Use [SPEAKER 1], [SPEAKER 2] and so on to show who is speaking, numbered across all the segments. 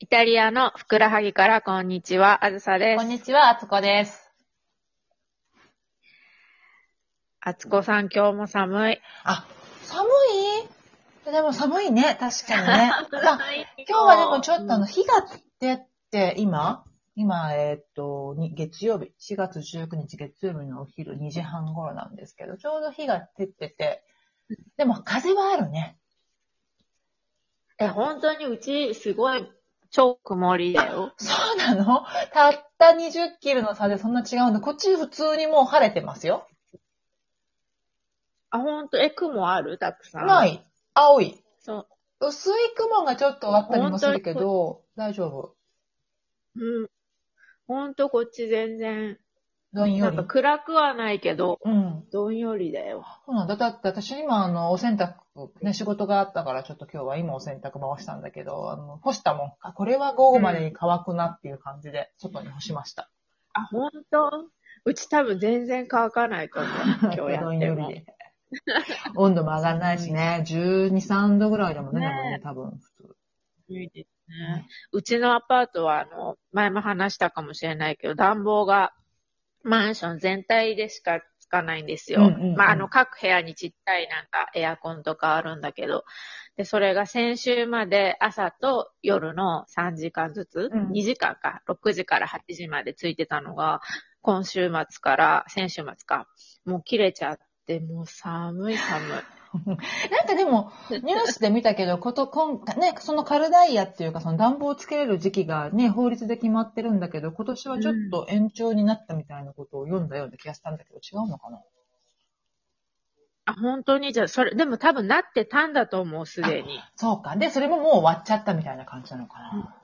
[SPEAKER 1] イタリアのふくらはぎからこんにちは、あずさで
[SPEAKER 2] こん
[SPEAKER 1] す。
[SPEAKER 2] にちは、あつこです。
[SPEAKER 1] あつこさん、今日も寒 い。
[SPEAKER 2] あ、寒いでも寒いね、確かに ね。あ今日はでもちょっとあの、日が出て、今今、えーっと、に月曜日、4月19日月曜日のお昼2時半頃なんですけど、ちょうど日が出てて、でも風はあるね。
[SPEAKER 1] え、本当にうち、すごい、超曇りだよ。
[SPEAKER 2] そうなのたった20キロの差でそんな違うんだ。こっち普通にもう晴れてますよ。
[SPEAKER 1] あ、本当え、雲あるたくさん。。
[SPEAKER 2] ないい。青い。
[SPEAKER 1] そ
[SPEAKER 2] 薄い雲がちょっとあったりもするけど、大丈夫。
[SPEAKER 1] う。うん。ほんとこっち全然、
[SPEAKER 2] どんよ
[SPEAKER 1] なん
[SPEAKER 2] り
[SPEAKER 1] か。暗くはないけど、
[SPEAKER 2] うん。
[SPEAKER 1] どんよりだよ。
[SPEAKER 2] そうなんだ。だって私今、あの、お洗濯、ね、仕事があったから、ちょっと今日は今お洗濯回したんだけど、あの、干したもんか。これは午後までに乾くなっていう感じで、外に干しました。
[SPEAKER 1] あ、本当うち多分全然乾かない と思う。今日や
[SPEAKER 2] ど
[SPEAKER 1] っ
[SPEAKER 2] ん
[SPEAKER 1] て
[SPEAKER 2] より
[SPEAKER 1] も。
[SPEAKER 2] で。 温度も上がんないしね、12、3度ぐらいだもんね、
[SPEAKER 1] ね
[SPEAKER 2] でもね、多分、普通。
[SPEAKER 1] いいですね。うちのアパートは、あの、前も話したかもしれないけど、暖房がマンション全体でしかつかないんですよ。
[SPEAKER 2] うんうんうん
[SPEAKER 1] まあ、あの、各部屋にちっちゃいなんかエアコンとかあるんだけど、で、それが先週まで朝と夜の3時間ずつ、
[SPEAKER 2] うん
[SPEAKER 1] 2時間か、6時から8時までついてたのが、今週末から、先週末か、もう切れちゃって、もう寒い寒い。
[SPEAKER 2] なんかでも、ニュースで見たけど、こと、こん、ね、そのカルダイヤっていうか、その暖房をつけれる時期がね、法律で決まってるんだけど、今年はちょっと延長になったみたいなことを読んだような気がしたんだけど、違うのかな
[SPEAKER 1] あ、本当にじゃあ、それ、でも多分なってたんだと思う、すでに。
[SPEAKER 2] そうか。で、それももう終わっちゃったみたいな感じなのかな。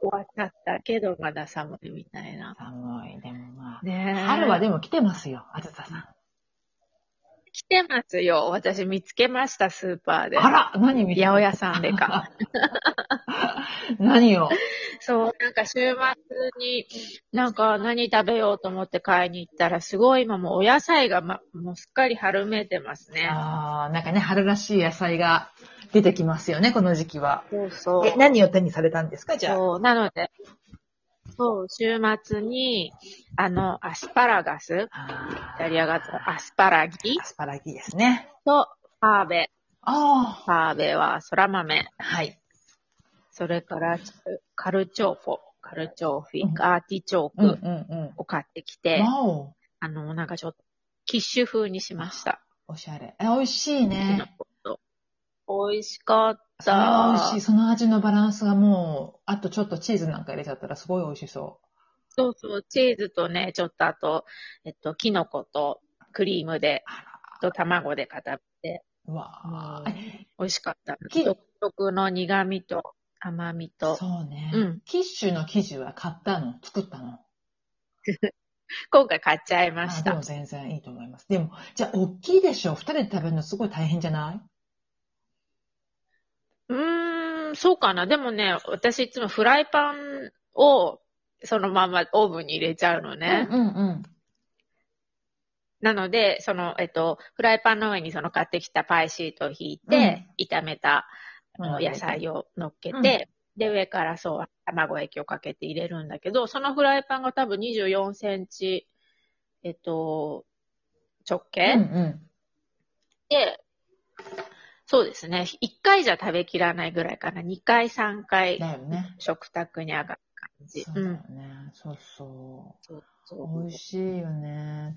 [SPEAKER 1] 終わっちゃったけど、まだ寒いみたいな。
[SPEAKER 2] 寒い。でもまあ。
[SPEAKER 1] ねえ。
[SPEAKER 2] 春はでも来てますよ、あずささん。
[SPEAKER 1] 来てますよ。私見つけました、スーパーで。
[SPEAKER 2] あら何見
[SPEAKER 1] 八百屋さんで か。
[SPEAKER 2] 何を
[SPEAKER 1] そう、なんか週末に、なんか何食べようと思って買いに行ったら、すごい今もうお野菜が、ま、もうすっかり春めいてますね。
[SPEAKER 2] ああ、なんかね、春らしい野菜が出てきますよね、この時期は。
[SPEAKER 1] そうそう。
[SPEAKER 2] え、何を手にされたんですか、じゃあ。
[SPEAKER 1] そう、なので、そう、週末に、あの、アスパラガス、イ
[SPEAKER 2] あ
[SPEAKER 1] タリア語でアスパラギ
[SPEAKER 2] ーアスパラギですね。
[SPEAKER 1] と、ファーベ。
[SPEAKER 2] あ
[SPEAKER 1] ファーベは空豆。
[SPEAKER 2] あ。はい。
[SPEAKER 1] それから、カルチョーフォ、カルチョーフ
[SPEAKER 2] う
[SPEAKER 1] ィ
[SPEAKER 2] ん
[SPEAKER 1] ン、アーティチョ
[SPEAKER 2] うんう
[SPEAKER 1] ーク
[SPEAKER 2] ん
[SPEAKER 1] を買ってき
[SPEAKER 2] う
[SPEAKER 1] て
[SPEAKER 2] ん。、わお。
[SPEAKER 1] あの、なんかちょっと、キッシュ風にしました。
[SPEAKER 2] おしゃれ。え、美味しい
[SPEAKER 1] きの
[SPEAKER 2] ね。
[SPEAKER 1] こと美味しかっ
[SPEAKER 2] それ
[SPEAKER 1] た。
[SPEAKER 2] は美味しい。その味のバランスがもう、あとちょっとチーズなんか入れちゃったらすごい美味しそ
[SPEAKER 1] そうそう、チーズとね、ちょっとあと、えっと、キノコとクリームで、と卵で固めて、
[SPEAKER 2] う。うわ
[SPEAKER 1] う
[SPEAKER 2] あ
[SPEAKER 1] ん。美味しかった。
[SPEAKER 2] き
[SPEAKER 1] 独特の苦味と甘みと、
[SPEAKER 2] そうね。
[SPEAKER 1] うん
[SPEAKER 2] キッシュの生地は買ったの作ったの
[SPEAKER 1] 今回買っちゃいま
[SPEAKER 2] あ
[SPEAKER 1] し
[SPEAKER 2] で
[SPEAKER 1] た
[SPEAKER 2] も。全然いいと思います。でも、じゃあ、大きいでしょ二人で食べるのすごい大変じゃないう
[SPEAKER 1] ーん、そうかな。でもね、私いつもフライパンをそのままオーブンに入れちゃうのね。
[SPEAKER 2] うんうん
[SPEAKER 1] なので、その、えっと、フライパンの上にその買ってきたパイシートを引いて、炒めたあ
[SPEAKER 2] う
[SPEAKER 1] の
[SPEAKER 2] ん。
[SPEAKER 1] 野菜を乗っけて、で、上からそう、卵液をかけて入れるんだけど、そのフライパンが多分24センチ、えっと、直
[SPEAKER 2] うん
[SPEAKER 1] 径、
[SPEAKER 2] うん。
[SPEAKER 1] で、そうですね。1回じゃ食べきらないぐらいかな。2回、3回。
[SPEAKER 2] だよね。
[SPEAKER 1] 食卓に上がる感じ
[SPEAKER 2] そう。
[SPEAKER 1] う
[SPEAKER 2] だよ
[SPEAKER 1] ん。
[SPEAKER 2] ね。そうそ
[SPEAKER 1] そう
[SPEAKER 2] う。美味しいよね。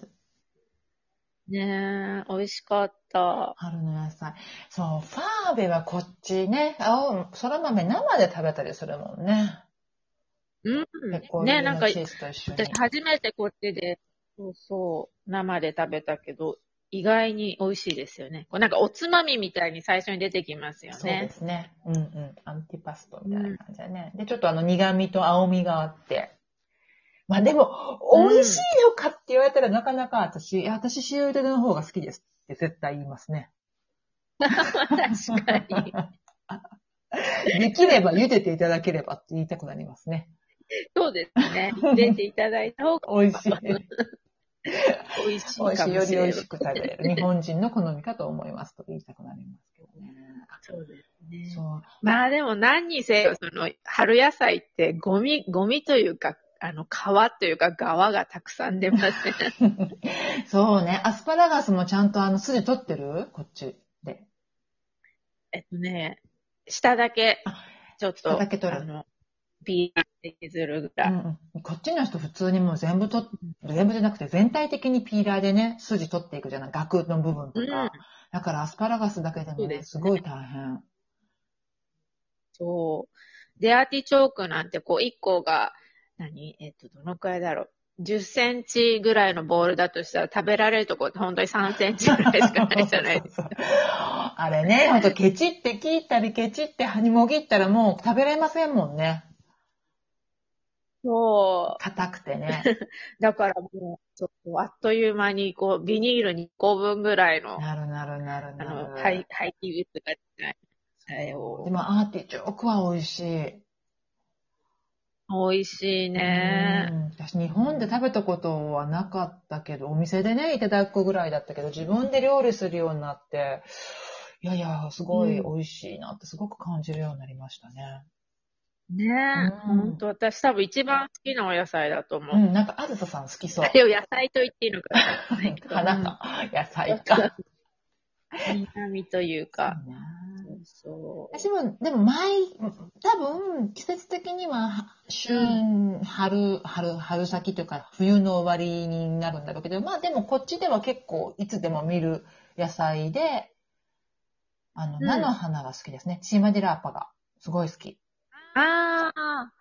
[SPEAKER 1] ねえ、美味しかった。
[SPEAKER 2] 春の野菜。そう、ファーベはこっちね、青、そら豆生で食べたりするもんね。
[SPEAKER 1] うん。ねえ、なんか、
[SPEAKER 2] チーズと一緒に。
[SPEAKER 1] 私初めてこっちで、そうそう、生で食べたけど、意外に美味しいですよね。こうなんかおつまみみたいに最初に出てきますよ
[SPEAKER 2] そうで
[SPEAKER 1] ね。
[SPEAKER 2] すね。うんうん。アンティパストみたいな感じだね。で、ちょっとあの苦味と青みがあって。まあでも、
[SPEAKER 1] うん
[SPEAKER 2] 美味しいのかって言われたらなかなか私、いや私塩茹での方が好きですって絶対言いますね。
[SPEAKER 1] 確かに。
[SPEAKER 2] できれば茹でていただければって言いたくなりますね。
[SPEAKER 1] そうです ね。入れていただいた方が
[SPEAKER 2] 美味しい。
[SPEAKER 1] 美味しい
[SPEAKER 2] 美味
[SPEAKER 1] か
[SPEAKER 2] しい。
[SPEAKER 1] も
[SPEAKER 2] より
[SPEAKER 1] し
[SPEAKER 2] 美
[SPEAKER 1] れない
[SPEAKER 2] 味。しく食べれる。日本人の好みかと思いますと言いたくなりますけどね。
[SPEAKER 1] そうですね。
[SPEAKER 2] そう。
[SPEAKER 1] まあでも何にせよ、その、春野菜ってゴミ、ゴミというか、あの、皮というか、側がたくさん出ますね。
[SPEAKER 2] そうね。アスパラガスもちゃんとあの筋取ってるこっちで。
[SPEAKER 1] えっとね、下だけ、ちょっ
[SPEAKER 2] 下
[SPEAKER 1] と、
[SPEAKER 2] だけ取る
[SPEAKER 1] あの、ビーで削るぐ
[SPEAKER 2] う
[SPEAKER 1] らい。
[SPEAKER 2] んうん、こっちの人普通にもう全部取っ、全部じゃなくて全体的にピーラーでね、筋取っていくじゃない。ガクの部分とか。
[SPEAKER 1] うん
[SPEAKER 2] だからアスパラガスだけで
[SPEAKER 1] そ
[SPEAKER 2] も、
[SPEAKER 1] う
[SPEAKER 2] ね、
[SPEAKER 1] です
[SPEAKER 2] ごい大変。
[SPEAKER 1] そう。で、アーティチョークなんて、こう、1個が、何えっと、どのくらいだろう。10センチぐらいのボールだとしたら、食べられるとこって本当に3センチぐらいしかないじゃ ないです
[SPEAKER 2] そうそうそうあれね、ほんとケチって切ったり、ケチって葉にもぎったらもう食べれませんもんね。
[SPEAKER 1] か。そう。
[SPEAKER 2] 硬く てね。
[SPEAKER 1] だからもう、ちょっとあっという間に、こう、ビニール2個分ぐらいの、
[SPEAKER 2] なるなるなる
[SPEAKER 1] あ
[SPEAKER 2] な
[SPEAKER 1] の、
[SPEAKER 2] る。
[SPEAKER 1] 廃廃棄物が出ない。あれを
[SPEAKER 2] でもアーティチョークは美味しい。
[SPEAKER 1] 美味しいね
[SPEAKER 2] う。ん私日本で食べたことはなかったけど、お店でね、いただくぐらいだったけど、自分で料理するようになって、いやいや、すごい
[SPEAKER 1] うん
[SPEAKER 2] 美味しいなってすごく感じるようになりましたね。
[SPEAKER 1] ねえ、
[SPEAKER 2] うん
[SPEAKER 1] ほんと、私多分一番好きなお野菜だと思う。
[SPEAKER 2] うん、なんかあずささん好きそう
[SPEAKER 1] あ。れを野菜と言っていいのか な。
[SPEAKER 2] 花か、野菜か。
[SPEAKER 1] うん。南というか。
[SPEAKER 2] いいな
[SPEAKER 1] そう。
[SPEAKER 2] 私も、でも毎、多分、季節的には、春、春、春、春先というか、冬の終わりになるんだろうけど、まあでもこっちでは結構、いつでも見る野菜で、あの、
[SPEAKER 1] うん
[SPEAKER 2] 菜の花が好きですね。チーマディラーパが。すごい好き。
[SPEAKER 1] ああ、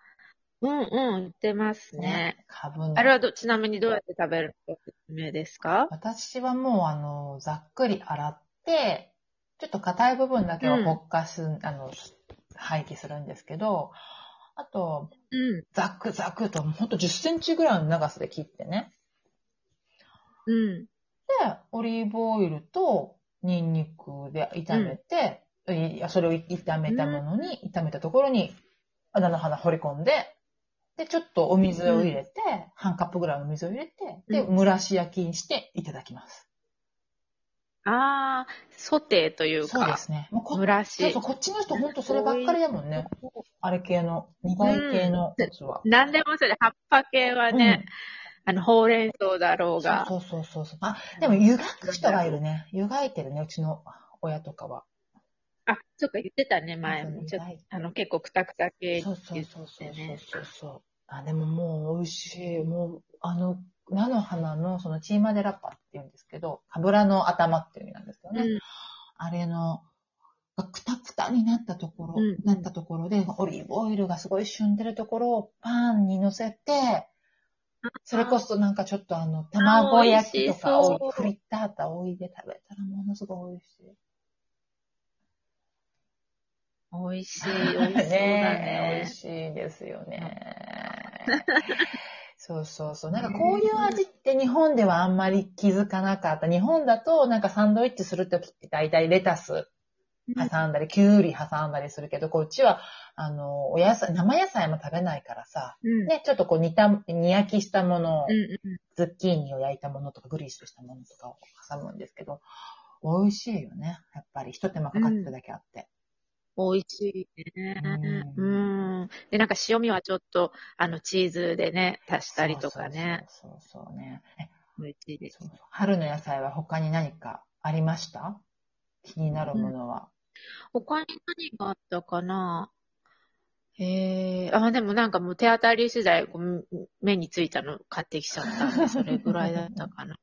[SPEAKER 1] うんうん、売ってますね。
[SPEAKER 2] カブの。
[SPEAKER 1] あれはど、ちなみにどうやって食べるのがおすすめですか
[SPEAKER 2] 私はもう、あの、ざっくり洗って、ちょっと硬い部分だけはほっかす、あの、廃棄するんですけど、あと、
[SPEAKER 1] うん、
[SPEAKER 2] ザクザクと、ほんと10センチぐらいの長さで切ってね。
[SPEAKER 1] うん、
[SPEAKER 2] で、オリーブオイルとニンニクで炒めて、いやそれを炒めたものに、炒めたところに、菜の花掘り込んで、で、ちょっとお水を入れて、半カップぐらいの水を入れて、で、
[SPEAKER 1] う
[SPEAKER 2] 蒸らし焼きにしていただきます。
[SPEAKER 1] ああ、ソテーという
[SPEAKER 2] そうで
[SPEAKER 1] か、
[SPEAKER 2] すね。もうこ
[SPEAKER 1] 蒸ら
[SPEAKER 2] そう
[SPEAKER 1] し
[SPEAKER 2] そう。こっちの人ほんとそればっかりだもんね。あれ系の、苦い系のやつは。
[SPEAKER 1] 何でもそれ、葉っぱ系はね、あの、ほうれん草だろ
[SPEAKER 2] うん
[SPEAKER 1] うが。
[SPEAKER 2] そうそうそうそう。あ、でも湯がく人がいるね。湯がいてるね、うちの親とかは。
[SPEAKER 1] あ、そっか、言ってたね、前も。ちょっと、あの、結構くたくた系
[SPEAKER 2] そう
[SPEAKER 1] って
[SPEAKER 2] そう
[SPEAKER 1] 言っ
[SPEAKER 2] そうそ
[SPEAKER 1] て
[SPEAKER 2] う
[SPEAKER 1] ね。
[SPEAKER 2] そうそう。あ、でももう美味しい。もう、あの、菜の花のそのチーマデラッパって言うんですけど、カブラの頭っていう意味なんですけどね。
[SPEAKER 1] うん
[SPEAKER 2] あれの、くたくたになったところ、
[SPEAKER 1] うん
[SPEAKER 2] なったところで、オリーブオイルがすごい旬でるところをパンに乗せて、それこそなんかちょっとあの、卵焼きとか
[SPEAKER 1] あー美味し
[SPEAKER 2] を
[SPEAKER 1] そう
[SPEAKER 2] フリッタータを置いて食べたらものすごい美味しい。
[SPEAKER 1] 美味しい、美味しそうだ
[SPEAKER 2] ねえ美
[SPEAKER 1] ね
[SPEAKER 2] 味。しいですよね。 そうそうそう。なんかこういう味って日本ではあんまり気づかなかった。日本だとなんかサンドイッチするときって大体レタス挟んだり、きゅうり挟んだりするけど、こっちは、あの、お野菜、生野菜も食べないからさ、
[SPEAKER 1] うん。
[SPEAKER 2] ね、ちょっとこう煮た、煮焼きしたものを
[SPEAKER 1] うん、うん。
[SPEAKER 2] ズッキーニを焼いたものとか、グリッシュしたものとかを挟むんですけど、美味しいよね。やっぱり、一手間かかってただけあって。
[SPEAKER 1] 美味しいね。
[SPEAKER 2] う
[SPEAKER 1] うん。で、なんか塩味はちょっと、あの、チーズでね、足したりとかね。
[SPEAKER 2] そうそうそう。そうそうね。
[SPEAKER 1] 美味しい
[SPEAKER 2] え
[SPEAKER 1] です
[SPEAKER 2] そう。そう春の野菜は他に何かありました気になるものは。
[SPEAKER 1] 他に何があったかなええあ、でもなんかもう手当たり次第、こう目についたの買ってきちゃったんで、それぐらいだった かな。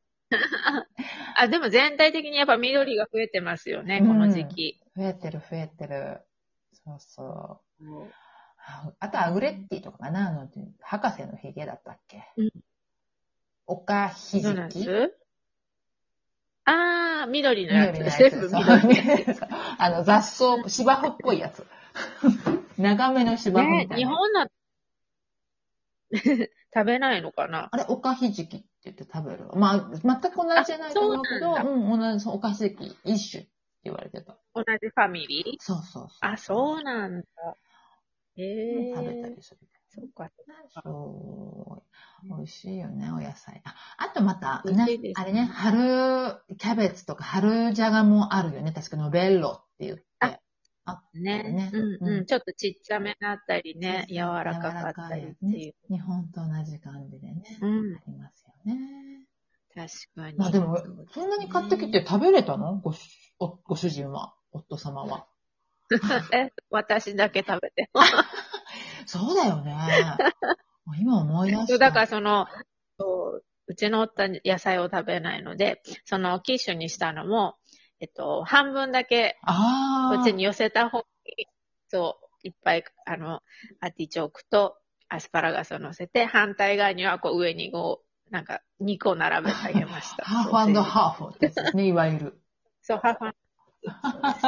[SPEAKER 1] あ、でも全体的にやっぱ緑が増えてますよね、この時期。
[SPEAKER 2] 増えてる、増えてる。そうそう。ああと、アグレッティとかかなあの、博士のヒゲだったっけ
[SPEAKER 1] うん
[SPEAKER 2] おかひ
[SPEAKER 1] そう
[SPEAKER 2] じ
[SPEAKER 1] なんで
[SPEAKER 2] き
[SPEAKER 1] すああ、緑のや
[SPEAKER 2] 緑
[SPEAKER 1] つ
[SPEAKER 2] のや。
[SPEAKER 1] 全部
[SPEAKER 2] つ
[SPEAKER 1] 緑。
[SPEAKER 2] そう あの、雑草、芝生っぽいやつ。 長めの芝生み
[SPEAKER 1] ね
[SPEAKER 2] たい
[SPEAKER 1] 日
[SPEAKER 2] な。
[SPEAKER 1] 本だ食べないのかな
[SPEAKER 2] あれ、おかひじきって言って食べる。まあ、全く同じじゃないと思うけど、
[SPEAKER 1] あそう
[SPEAKER 2] うん、同じ、そうおかひじき一種って言われてた。
[SPEAKER 1] 同じファミリー
[SPEAKER 2] そうそうそう。
[SPEAKER 1] あ、そうなんだ。ええ
[SPEAKER 2] 食べたりする。
[SPEAKER 1] そうか。
[SPEAKER 2] そう。美味しいよね、お野菜。あ、あとまた、
[SPEAKER 1] 美味
[SPEAKER 2] ね
[SPEAKER 1] しいです
[SPEAKER 2] あ
[SPEAKER 1] ね
[SPEAKER 2] れね、春キャベツとか春じゃがもあるよね。確かノベッロって言って。
[SPEAKER 1] ね。うんうん。ちょっとちっちゃめだったりね、柔らかかったりっていう。
[SPEAKER 2] 日本と同じ感じでね。
[SPEAKER 1] うん
[SPEAKER 2] あ。りますよね。
[SPEAKER 1] 確かに。
[SPEAKER 2] まあでも、そんなに買ってきて食べれたのごしおご主人は、夫様は。
[SPEAKER 1] え、私だけ食べて。
[SPEAKER 2] そうだよ ね。もう今思い出した。
[SPEAKER 1] だからその、そううちの夫は野菜を食べないので、そのキッシュにしたのも、えっと、半分だけ
[SPEAKER 2] ああ。
[SPEAKER 1] こっちに寄せた方に、そう、いっぱい、あの、アーティチョークとアスパラガスを乗せて、反対側にはこう上にこう、なんか肉を並べてあげました。
[SPEAKER 2] ハーフハーフってやつですね、いわゆる。
[SPEAKER 1] そう、ハーフ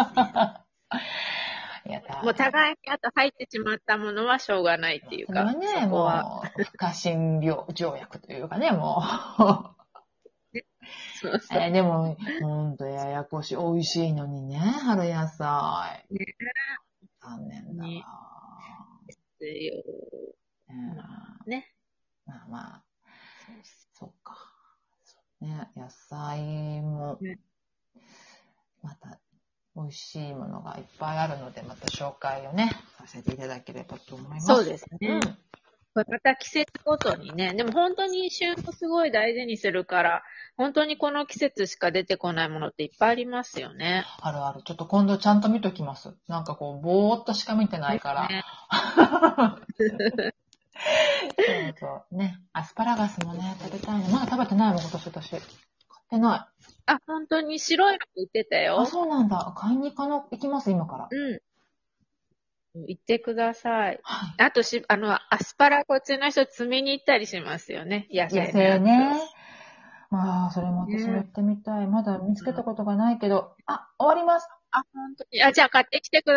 [SPEAKER 2] やだ。
[SPEAKER 1] もう互いにあと入ってしまったものはしょうがないっていう
[SPEAKER 2] それ
[SPEAKER 1] か、
[SPEAKER 2] はね、
[SPEAKER 1] こは
[SPEAKER 2] もう、不可侵病条約というかね、も
[SPEAKER 1] そう
[SPEAKER 2] う。
[SPEAKER 1] そう
[SPEAKER 2] えーでも、ほんとややこしい。美味しいのにね、春野菜。残念だわ。
[SPEAKER 1] ねですよ。
[SPEAKER 2] うん
[SPEAKER 1] ね。
[SPEAKER 2] まあまあ、そっか。そうね、野菜も
[SPEAKER 1] ね、
[SPEAKER 2] また、美味しいものがいっぱいあるので、また紹介をね、させていただければと思います。
[SPEAKER 1] そうですね。
[SPEAKER 2] うん。
[SPEAKER 1] また季節ごとにね、でも本当に旬をすごい大事にするから、本当にこの季節しか出てこないものっていっぱいありますよね。
[SPEAKER 2] あるある。ちょっと今度ちゃんと見ときます。なんかこう、ぼーっとしか見てないから。
[SPEAKER 1] ね
[SPEAKER 2] そうそう。ね。アスパラガスもね、食べたいの。まだ食べてないもん、今年私。買ってない。
[SPEAKER 1] あ、本当に白いの売ってた
[SPEAKER 2] あ、
[SPEAKER 1] よ。
[SPEAKER 2] そうなんだ。買いに行かな、行きます、今から。
[SPEAKER 1] うん。行ってください。
[SPEAKER 2] は
[SPEAKER 1] あとし、あの、アスパラこっちの人摘みに行ったりしますよね。野
[SPEAKER 2] い。
[SPEAKER 1] 生
[SPEAKER 2] 野生ね。まあ、それも私もやってみたい。まだ見つけたことがないけど。あ、終わります。
[SPEAKER 1] あ、本当に。あ、じゃあ買ってきてください。